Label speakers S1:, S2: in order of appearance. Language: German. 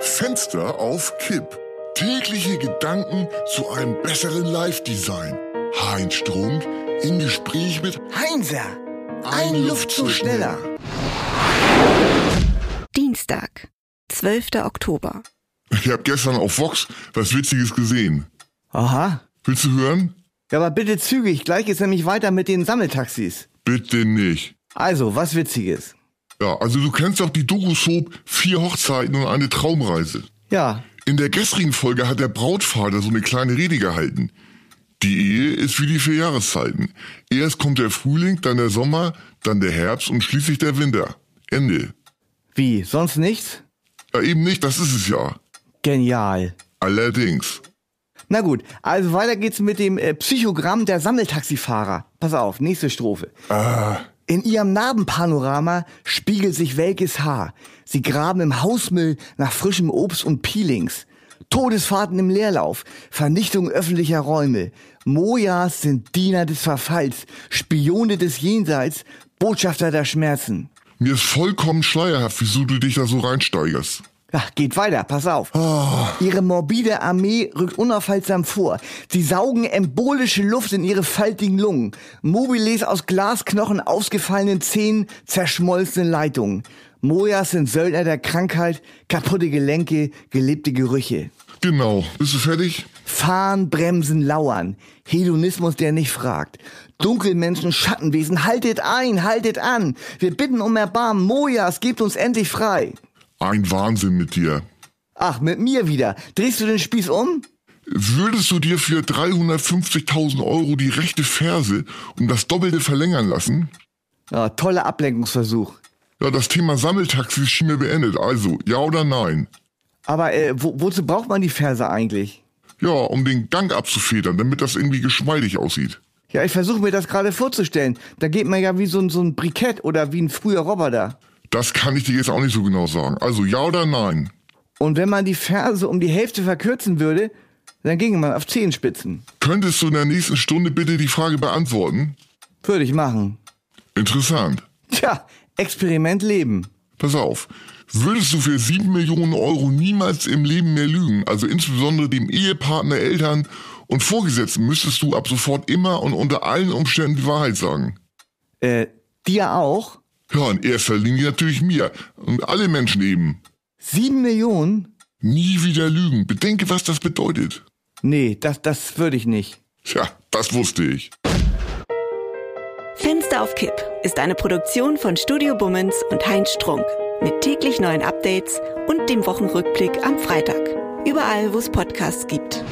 S1: Fenster auf Kipp. Tägliche Gedanken zu einem besseren Live-Design. Heinz Strunk im Gespräch mit
S2: Heinser,
S1: Ein Luftzug schneller.
S3: Dienstag, 12. Oktober.
S1: Ich habe gestern auf Vox was Witziges gesehen.
S2: Aha.
S1: Willst du hören?
S2: Ja, aber bitte zügig, gleich ist nämlich weiter mit den Sammeltaxis.
S1: Bitte nicht.
S2: Also, was Witziges.
S1: Ja, also du kennst doch die Doku-Soap Vier Hochzeiten und eine Traumreise.
S2: Ja,
S1: In der gestrigen Folge hat der Brautvater so eine kleine Rede gehalten. Die Ehe ist wie die vier Jahreszeiten. Erst kommt der Frühling, dann der Sommer, dann der Herbst und schließlich der Winter. Ende.
S2: wie, sonst nichts?
S1: Ja, eben nicht, das ist es ja.
S2: Genial.
S1: Allerdings.
S2: Na gut, also weiter geht's mit dem äh, Psychogramm der Sammeltaxifahrer. Pass auf, nächste Strophe. In ihrem Narbenpanorama spiegelt sich welkes Haar. Sie graben im Hausmüll nach frischem Obst und Peelings. Todesfahrten im Leerlauf, Vernichtung öffentlicher Räume. Mojas sind Diener des Verfalls, Spione des Jenseits, Botschafter der Schmerzen.
S1: Mir ist vollkommen schleierhaft, wieso du dich da so reinsteigerst.
S2: Ach, geht weiter, pass auf. Ihre morbide Armee rückt unaufhaltsam vor. Sie saugen embolische Luft in ihre faltigen Lungen. Mobiles aus Glasknochen, ausgefallenen Zähnen, zerschmolzene Leitungen. Mojas sind Söldner der Krankheit, kaputte Gelenke, gelebte Gerüche.
S1: Genau. Bist du fertig?
S2: Fahren, Bremsen, Lauern. Hedonismus, der nicht fragt. Dunkelmenschen, Schattenwesen, haltet ein, haltet an. Wir bitten um Erbarmen. Mojas, gebt uns endlich frei.
S1: Ein Wahnsinn mit dir.
S2: Ach, mit mir wieder. Drehst du den Spieß um?
S1: Würdest du dir für 350.000 Euro die rechte Ferse um das Doppelte verlängern lassen?
S2: Ja, Ah, toller Ablenkungsversuch.
S1: Ja, das Thema Sammeltaxis schien mir beendet. Also, ja oder nein?
S2: Aber äh, wo, wozu braucht man die Verse eigentlich?
S1: Ja, um den Gang abzufedern, damit das irgendwie geschmeidig aussieht.
S2: Ja, ich versuche mir das gerade vorzustellen. Da geht man ja wie so ein, so ein Brikett oder wie ein früher Roboter.
S1: Das kann ich dir jetzt auch nicht so genau sagen. Also, ja oder nein?
S2: Und wenn man die Verse um die Hälfte verkürzen würde, dann ginge man auf Zehenspitzen.
S1: Könntest du in der nächsten Stunde bitte die Frage beantworten?
S2: Würde ich machen.
S1: Interessant.
S2: Tja, Experiment Leben.
S1: Pass auf. Würdest du für 7 Millionen Euro niemals im Leben mehr lügen, also insbesondere dem Ehepartner, Eltern und Vorgesetzten, müsstest du ab sofort immer und unter allen Umständen die Wahrheit sagen.
S2: Äh, dir auch?
S1: Ja, in erster Linie natürlich mir und alle Menschen eben.
S2: Sieben Millionen?
S1: Nie wieder lügen. Bedenke, was das bedeutet.
S2: Nee, das, das würde ich nicht.
S1: Tja, das wusste ich.
S3: Fenster auf Kipp ist eine Produktion von Studio Bummens und Heinz Strunk. Mit täglich neuen Updates und dem Wochenrückblick am Freitag. Überall, wo es Podcasts gibt.